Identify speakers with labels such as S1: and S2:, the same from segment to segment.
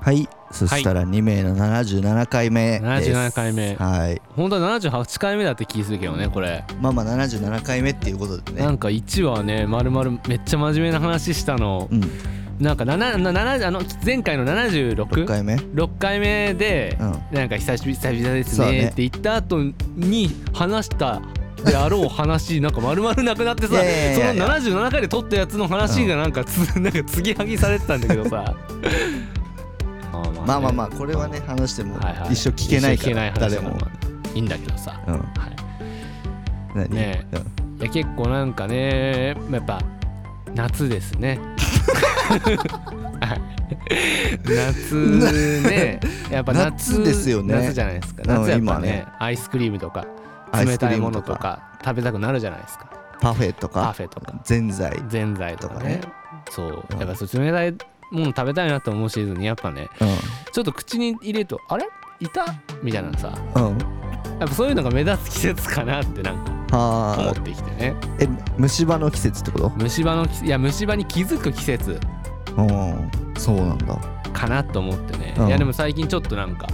S1: はいそしたら2名の77回目です、
S2: 77回目
S1: はい
S2: 本当は78回目だって気するけどねこれ、
S1: まあまあ77回目っていうことで
S2: な
S1: ね
S2: んか1話ねまるまるめっちゃ真面目な話したの
S1: うん
S2: なんかなななあの前回の
S1: 6
S2: 76?
S1: 回目
S2: 6回目で、
S1: うん
S2: なんか久しぶり久々です
S1: そう
S2: ね
S1: ね
S2: って言った後に話したであろう話 なんか丸々なくなってさ
S1: いやいやいやいや
S2: その77回で撮ったやつの話がなんか つ、なんか継ぎはぎされてたんだけどさま
S1: まあ
S2: あ
S1: まあまあこれはね話しても
S2: はいはい
S1: 一生聞けないか
S2: 一生聞けな
S1: ら
S2: い話
S1: 誰
S2: だから
S1: も
S2: まあいいんだけどさ、
S1: うん
S2: はい、
S1: 何
S2: ね
S1: うん
S2: いや結構なんかねやっぱ夏ですね夏 ねやっぱ夏
S1: 夏ですよね
S2: 夏じゃないですか
S1: うん
S2: 夏やっぱ
S1: 今
S2: ね
S1: ね
S2: アイスクリームとか
S1: アイ
S2: 冷
S1: スク
S2: た
S1: リ
S2: い
S1: ー
S2: も
S1: ム
S2: の
S1: と
S2: と
S1: か
S2: か食べたくなるじゃないですか
S1: パフェと
S2: パ
S1: か
S2: フェとか
S1: ぜんざい
S2: ぜんざいとかね
S1: と
S2: そう
S1: うん
S2: やっぱそう冷たいもの食べたいなと思うシーズンにやっぱね
S1: う
S2: ちょっと口に入れるとあれいたみたいなさ
S1: んうん
S2: やっぱそういうのが目立つ季節かなってなんか思
S1: は
S2: っ
S1: あ
S2: てきてね
S1: え虫歯の季節ってこと
S2: 虫歯の季いや虫歯に気づく季節
S1: うんそうなんだ
S2: かなと思ってね、
S1: うん
S2: いやでも最近ちょっとなんか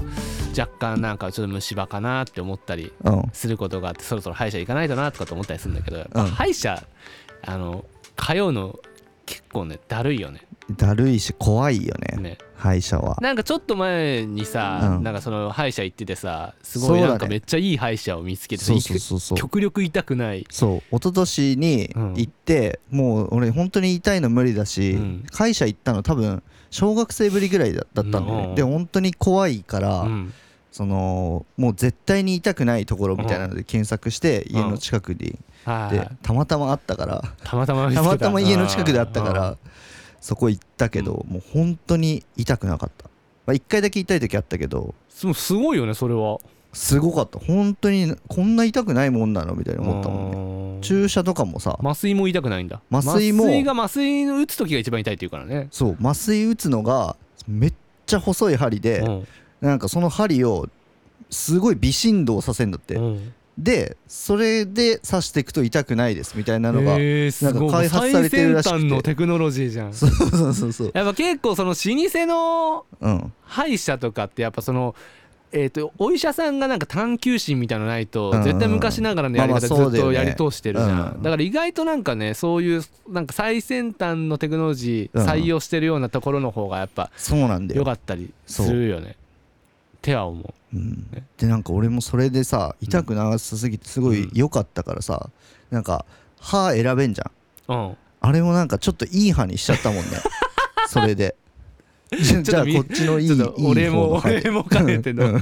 S2: 若干なんかちょっと虫歯かなって思ったり
S1: うん
S2: することがあってそろそろ歯医者行かないとなとかと思ったりするんだけど、やっぱ
S1: うん
S2: 歯医者あの通うの結構ねだるいよね
S1: だるいし怖いよね
S2: ね
S1: 歯医者は
S2: なんかちょっと前にさ、
S1: うん
S2: なんかその歯医者行っててさす
S1: そ
S2: ご
S1: う
S2: い
S1: だね
S2: なんかめっちゃいい歯医者を見つけてさ、
S1: そうそうそうそう
S2: 極力痛くない
S1: そう一昨年に
S2: うん
S1: 行って、もう俺本当に痛いの無理だし、
S2: うん
S1: 会社行ったの多分小学生ぶりぐらいだだったんだよ、
S2: うん
S1: で本当に怖いから、
S2: うん
S1: そのもう絶対に痛くないところみたいなので検索して、
S2: うん
S1: 家の近くに、
S2: はい
S1: でたまたまあったから
S2: たまたま見つけ
S1: たまたま家の近くであったか
S2: うん
S1: らそこ行ったけど、もう本当に痛くなかった、まあ、1回だけ痛い時あったけど
S2: すすごいよねそれは
S1: すごかった本当にこんな痛くないもんなのみたいに思ったもんね
S2: うん
S1: 注射とかもさ
S2: 麻酔も痛くないんだ
S1: 麻酔も
S2: 麻酔が麻酔の打つ時が一番痛いっていうからね
S1: そう麻酔打つのがめっちゃ細い針で、
S2: うん
S1: なんかその針をすごい微振動させんだって、
S2: うん
S1: でそれで刺していくと痛くないですみたいなのが、
S2: えーすごい
S1: なんか開発されてるらしくて
S2: 最先端のテクノロジーじゃん
S1: そうそうそうそう
S2: やっぱ結構その老舗の
S1: うん
S2: 歯医者とかってやっぱそのえー、とお医者さんがなんか探求心みたいなのないと
S1: うんうん
S2: 絶対昔ながらのやり
S1: まあ
S2: 方
S1: まあ
S2: ず
S1: そうだよ
S2: っと
S1: ね
S2: やり通してるじゃん、
S1: うんうん
S2: だから意外となんかねそういうなんか最先端のテクノロジー
S1: うん
S2: 採用してるようなところの方がやっぱ
S1: そうなんだ
S2: 良
S1: よ、
S2: かったりするよね手は思う
S1: うん、でなんか俺もそれでさ痛くなさすぎてすごい良かったからさ、なんか歯選べんじゃん
S2: うん
S1: あれもなんかちょっといい歯にしちゃった もんねそれでじゃじゃあこっちのいい
S2: ちょっと
S1: いい
S2: 俺
S1: 方の
S2: も
S1: 歯で
S2: 俺も兼ねて
S1: うん
S2: の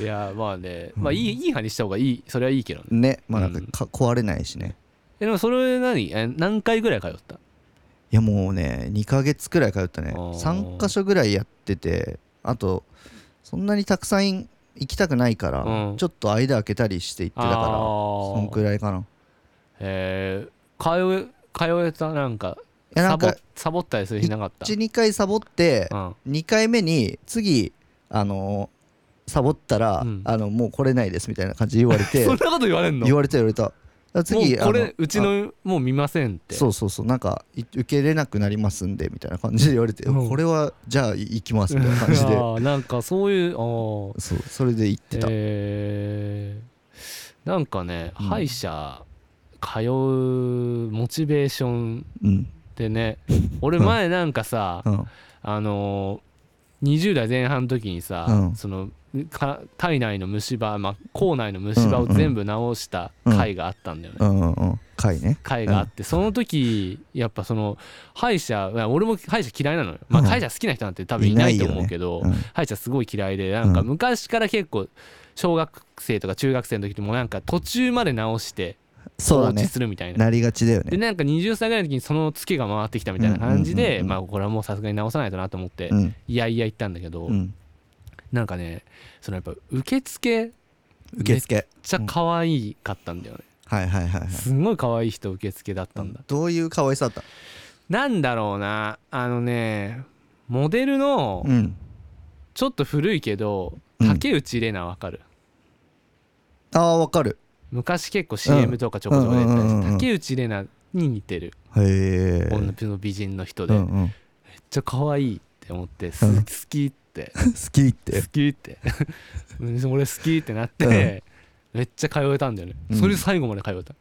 S2: いやまあねまあいいいい派にした方がいいそれはいいけどね
S1: ねまあなんかか壊れないしね
S2: えでもそれ何え何回ぐらい通った
S1: いやもうね2ヶ月くらい通ったね
S2: あー
S1: 3箇所ぐらいやっててあとそんなにたくさん行きたくないから、
S2: うん
S1: ちょっと間空けたりして行ってたから
S2: あー
S1: そんくらいかない
S2: えー、通え通えたなんか
S1: やな
S2: サ
S1: ん
S2: ボ
S1: か
S2: サボったりする日なかった
S1: 12回サボって
S2: うん
S1: 2回目に次あのーサボったら、
S2: うん
S1: あのもう来れないですみたいな感じで言われて
S2: そんなこと言われんの
S1: 言われた言われただから次
S2: もうこ
S1: あの
S2: れうちのもう見ませんって
S1: そうそうそうなんかい受けれなくなりますんでみたいな感じで言われて、
S2: うん
S1: これはじゃあ行きますみたいな感じで
S2: あーなんかそういうああ
S1: そうそれで行ってた、
S2: えー、なんかね、
S1: うん
S2: 歯医者通うモチベーション
S1: うん
S2: で ね俺
S1: うん
S2: 前なんかさ、
S1: うん
S2: あのー、20代前半の時にさ、
S1: うん
S2: そのか体内の虫歯、まあ、口内の虫歯を全部治した回があったんだよね、
S1: うんうんうん回ね
S2: 回があって、その時やっぱその歯医者まあ俺も歯医者嫌いなのよ、まあ、
S1: うん
S2: 歯医者好きな人なんて多分いないと思うけど、
S1: うん
S2: 歯医者すごい嫌いでなんか
S1: うん
S2: 昔から結構小学生とか中学生の時もなんか途中まで直して放
S1: そうだ
S2: 置
S1: ね
S2: するみたいな。
S1: なりがちだよ
S2: で
S1: ね
S2: なんか20歳ぐらいの時にそのツケが回ってきたみたいな感じ
S1: うんうんうん
S2: で
S1: うん
S2: まあこれはもうさすがに直さないとなと思って
S1: うん
S2: いやいや言ったんだけど
S1: うん
S2: なんかねそのやっぱ受付めっ
S1: 受付
S2: ちゃ可愛かったんだよね
S1: はいはいはいはい
S2: すごい可愛い人受付だったんだ
S1: どういう可愛さだっ
S2: なんだろうなあのねモデルの
S1: たうん
S2: ちょっと古いけど
S1: うん
S2: 竹内玲奈わかる
S1: ああわかる
S2: 昔結構 CM とかちょこちょこ出てた
S1: うんうんうんう
S2: り
S1: んうん
S2: 竹内玲奈に似てる
S1: へえ
S2: 女の美人の人で、
S1: うんうん
S2: めっちゃ可愛いって思ってす
S1: うん
S2: 好きって
S1: 好きって
S2: 好きって うん俺好きってなって、めっちゃ通えたんだよね、
S1: うん
S2: それで最後まで通えた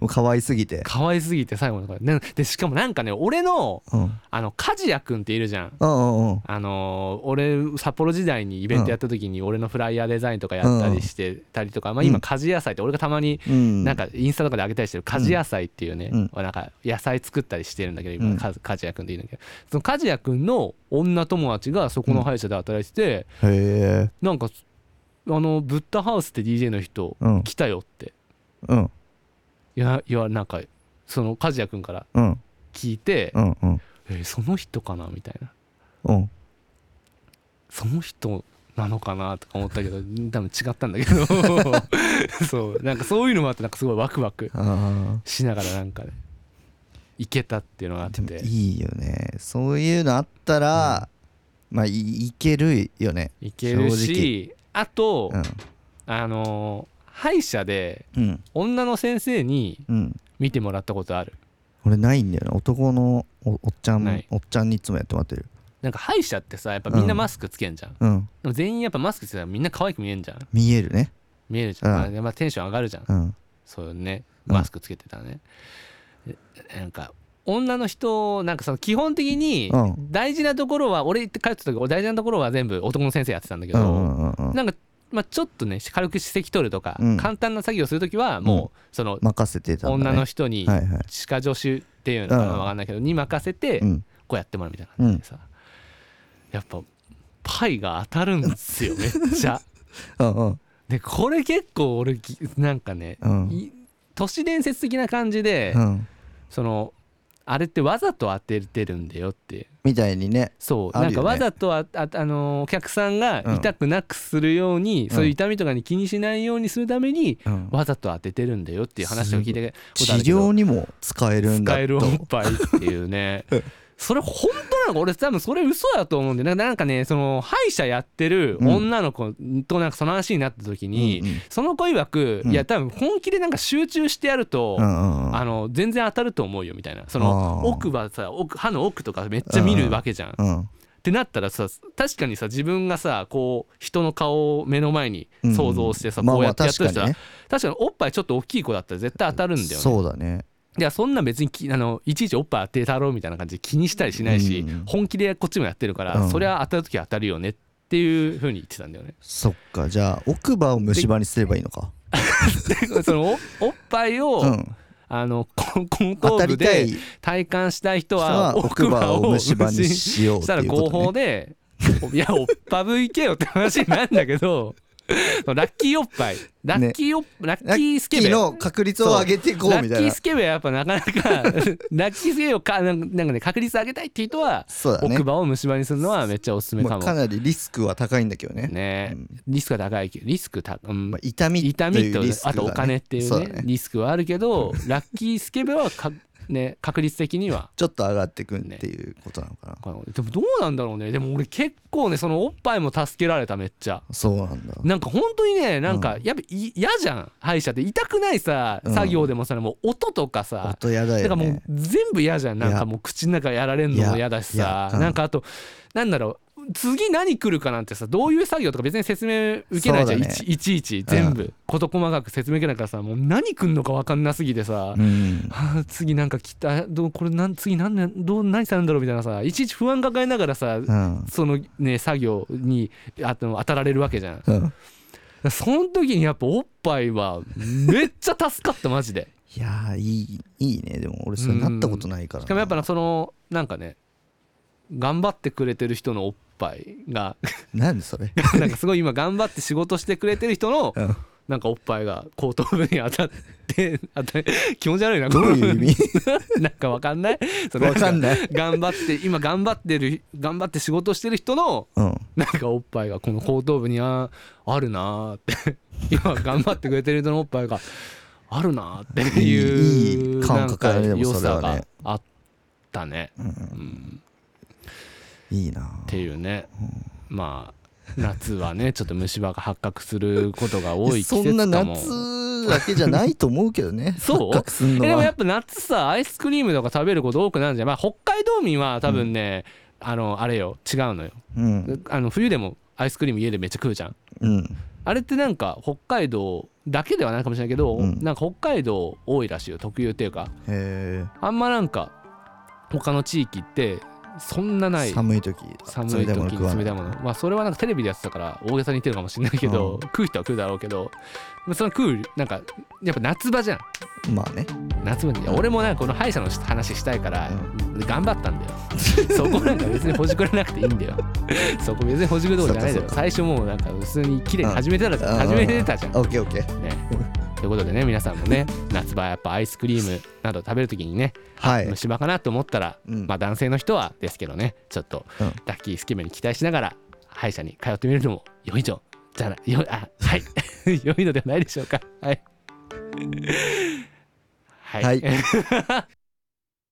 S1: もう可愛すぎて
S2: 可愛すぎて最後まで通えたなでしかもなんかね俺の
S1: うんうん
S2: あの梶谷君っているじゃん
S1: うんうん
S2: あのー俺札幌時代にイベントやった時に俺のフライヤーデザインとかやったりしてたりとか、まあ、
S1: う
S2: 今
S1: ん
S2: 梶野菜って俺がたまに
S1: うん
S2: なんかインスタとかで上げたりしてる梶野菜っていうね、
S1: うん
S2: なんか野菜作ったりしてるんだけど
S1: う
S2: 今
S1: ん
S2: か梶谷君でいいんだけどその梶谷君の女友達がそこの歯医者で働いてて、
S1: へえ
S2: なんかあのブッダハウスって DJ の人
S1: うん
S2: 来たよって
S1: うん
S2: いやいやなんかその梶谷君から
S1: うん
S2: 聞いて、
S1: うんうん
S2: えその人かなみたいな
S1: うん
S2: その人なのかなとか思ったけど 多分違ったんだけど そうなんかそういうのもあってなんかすごいワクワク
S1: あ
S2: しながらなんかねいけたっていうのがあっ
S1: あ
S2: て
S1: でもいいよねそういうのあったら、まあいいけるよね
S2: いけるしあと、
S1: うん
S2: あのー歯医者で
S1: うん
S2: 女の先生に
S1: うん
S2: 見てもらったことある
S1: 俺ないんだよな男のおおっちゃん
S2: ない
S1: おっちゃんにいつもやってもらってる
S2: なんか歯医者ってさやっぱみんなマスクつけんじゃん、
S1: うん
S2: でも全員やっぱマスクつけたらみんな可愛く見えんじゃん
S1: 見えるね
S2: 見えるじゃん、
S1: うん
S2: あまあ、テンション上がるじゃん
S1: うん
S2: そうよね
S1: うん
S2: マスクつけてたね、えなんか女の人なんかその基本的に
S1: うん
S2: 大事なところは俺って通ってた時大事なところは全部男の先生やってたんだけ
S1: う
S2: ど、
S1: んうんうんうん
S2: なんか、まあ、ちょっとね軽く指摘取るとか、
S1: うん
S2: 簡単な作業する時はもう、
S1: うん
S2: その
S1: 任せてたんだ、ね、
S2: 女の人に
S1: はいはい
S2: 歯科助手っていうのかな
S1: うん
S2: わかんないけどに任せて
S1: うん
S2: こうやってもらうみたいな感じでさ、やっぱパイが当たるんで すよめっちゃ。
S1: うんうん
S2: でこれ結構俺ぎなんかね
S1: うん
S2: い都市伝説的な感じで、
S1: うん
S2: そのあれってわざと当ててるんだよって
S1: みたいにね
S2: そう、
S1: あ
S2: なん
S1: るよ
S2: か
S1: ね
S2: わざとああ、あのーお客さんが痛くなくするように、
S1: ん
S2: そういう痛みとかに気にしないようにするために、
S1: うん
S2: わざと当ててるんだよっていう話を聞いて
S1: 治
S2: あるけど
S1: 療にも使えるんだ
S2: 使えるお
S1: と
S2: っぱいっていうね それ本当なのか俺多分それ嘘だと思うんでなんかなんかねその歯医者やってる女の子となんかその話になった時に、
S1: うんうん
S2: その子曰く、
S1: うん
S2: いや多分本気でなんか集中してやると、
S1: うんうんうん
S2: あの全然当たると思うよみたいなそ
S1: あ
S2: の
S1: ー
S2: 奥はさ奥歯の奥とかめっちゃ見るわけじゃん。っ
S1: うん
S2: てなったらさ確かにさ自分がさこう人の顔を目の前に
S1: うん
S2: 想像してさ、
S1: まあ
S2: こうやって
S1: まあ
S2: やったと
S1: 確
S2: した、
S1: からにね
S2: 確かにおっぱいちょっと大きい子だったら絶対当たるんだよね。
S1: そうだね
S2: いやそんな別にきあのいちいちおっぱい当てたろうみたいな感じで気にしたりしないし、
S1: うん
S2: 本気でこっちもやってるから、
S1: うん
S2: それは当たる時は当たるよねっていうふうに言ってたんだよね。
S1: そっかじゃあ奥歯を虫歯にすればいいのか
S2: でそのおおっぱいを、
S1: うん
S2: あのこ
S1: 当
S2: 後
S1: た
S2: 頭
S1: り
S2: 部
S1: たい
S2: で
S1: 人
S2: 体感したい人は
S1: は奥
S2: 奥
S1: 歯
S2: 歯
S1: を
S2: を
S1: 虫歯に
S2: 虫
S1: しようっ
S2: してたら
S1: いう
S2: 合
S1: ことね
S2: 法で「いやおっぱぶいけよ」って話になるんだけど ラッキーおっぱいラッキーおっ、ラッ
S1: ラ
S2: キー
S1: ッ
S2: ス
S1: キ
S2: ケベ
S1: ーの確率を上げていこう
S2: ラ
S1: み
S2: ッ
S1: たい
S2: キー
S1: な
S2: スケベはやっぱなかなか ラッキースケベをかなんかなんかね確率上げたいって人は、
S1: そうだね
S2: 奥歯を虫歯にするのはめっちゃおすすめ
S1: ま
S2: か
S1: あ
S2: も、
S1: かなりリスクは高いんだけどね
S2: ね、
S1: うん
S2: リスクが高いけどリスクた、うん
S1: まあ痛み
S2: 痛
S1: って
S2: み
S1: い
S2: と、
S1: うリスクが
S2: あ
S1: ね
S2: とお金っていう
S1: そ
S2: ね
S1: だね
S2: リスクはあるけどラッキースケベはか、ね、 確率的には
S1: ちょっと上がってくんっていうことなのかな
S2: このでもどうなんだろうねでも俺結構ねそのおっぱいも助けられためっちゃ。
S1: そうなんだ
S2: なんか本当にねなんかやっぱい嫌じゃん歯医者って痛くないさ
S1: うん
S2: 作業でもさ、もう音とかさ
S1: 音やだ
S2: だか
S1: よ
S2: らも
S1: ね
S2: う全部嫌じゃんなん
S1: いや
S2: かもう口の中やられんのも嫌だし
S1: いや
S2: さ
S1: うん
S2: なんかあとなんだろう次何来るかなんてさどういう作業とか別に説明受けないじゃん、
S1: そうだね
S2: いちいちいち全部事細かく説明受けないからさもう何来んのか分かんなすぎてさ、
S1: うん
S2: はあ次なんか来たどうこれなん次何年どう何されるんだろうみたいなさいちいち不安抱えながらさ、
S1: うん
S2: そのね作業にあの当たられるわけじゃん
S1: うん
S2: その時にやっぱおっぱいはめっちゃ助かったマジで
S1: いやーいいいいねでも俺それなったことないからな
S2: しかもやっぱなそのなんかね頑張ってくれてる人のおっぱいが
S1: 何それ
S2: なんかすごい今頑張って仕事してくれてる人の
S1: うん
S2: なんかおっぱいが後頭部に当たって当たり気持ち悪いな
S1: どういう意味
S2: なんかわかんないその
S1: わかんない
S2: なんか頑張って今頑張ってる頑張って仕事してる人の
S1: うん
S2: なんかおっぱいがこの後頭部にああるなーって 今頑張ってくれてる人のおっぱいがあるなーっていう
S1: いいいい感覚だね
S2: なんか
S1: でも
S2: 良
S1: それ
S2: さ
S1: はね
S2: があったね、
S1: うん
S2: うん
S1: いいな
S2: っていうね、 まあ夏はねちょっと虫歯が発覚することが多い季
S1: そ
S2: 節
S1: んな
S2: かも
S1: 夏夏だけじゃないと思うけどね
S2: そう
S1: 発覚すん
S2: え
S1: の
S2: でもやっ
S1: は
S2: ぱ夏さアイスクリームとか食べること多くなるんじゃん、まあ、北海道民は多分ね、あのあれよ違うのよ
S1: うん
S2: あの冬でもアイスクリーム家でめっちゃ食うじゃん
S1: うん
S2: あれってなんか北海道だけではないかもしれないけど、
S1: うん
S2: なんか北海道多いらしいよ特有っていうか
S1: へ
S2: あんまなんか他の地域ってそんなな
S1: え
S2: い
S1: 寒い時
S2: 寒
S1: 冷
S2: い時
S1: た
S2: に冷たい
S1: いも
S2: も
S1: の
S2: のまあそれはなんかテレビでやってたから大げさに言ってるかもしれないけど、
S1: うん
S2: 食う人は食うだろうけどまあその食うなんかやっぱ夏場じゃん
S1: 食わないまあね
S2: 夏場にいや俺もなんかこの歯医者の話したいから頑張ったんだよ、そこなんか別にほじくらなくていいんだ よそこ別にほじくるとこじゃないん
S1: そ
S2: だ
S1: っかそっ
S2: よ
S1: か
S2: 最初もうなんか普通に綺麗に始めてたじゃん、
S1: うん
S2: 始めてたじゃん、ね、
S1: オッケーオッケー
S2: ということでね皆さんもね夏場やっぱアイスクリームなど食べるときにね
S1: はい
S2: 虫歯かなと思ったら、
S1: うん
S2: まあ男性の人はですけどねちょっと
S1: うん
S2: ラッキースケベに期待しながら歯医者に通ってみるのも良いじゃんじゃないよあ はい良いのではないでしょうかはいはい、
S1: はい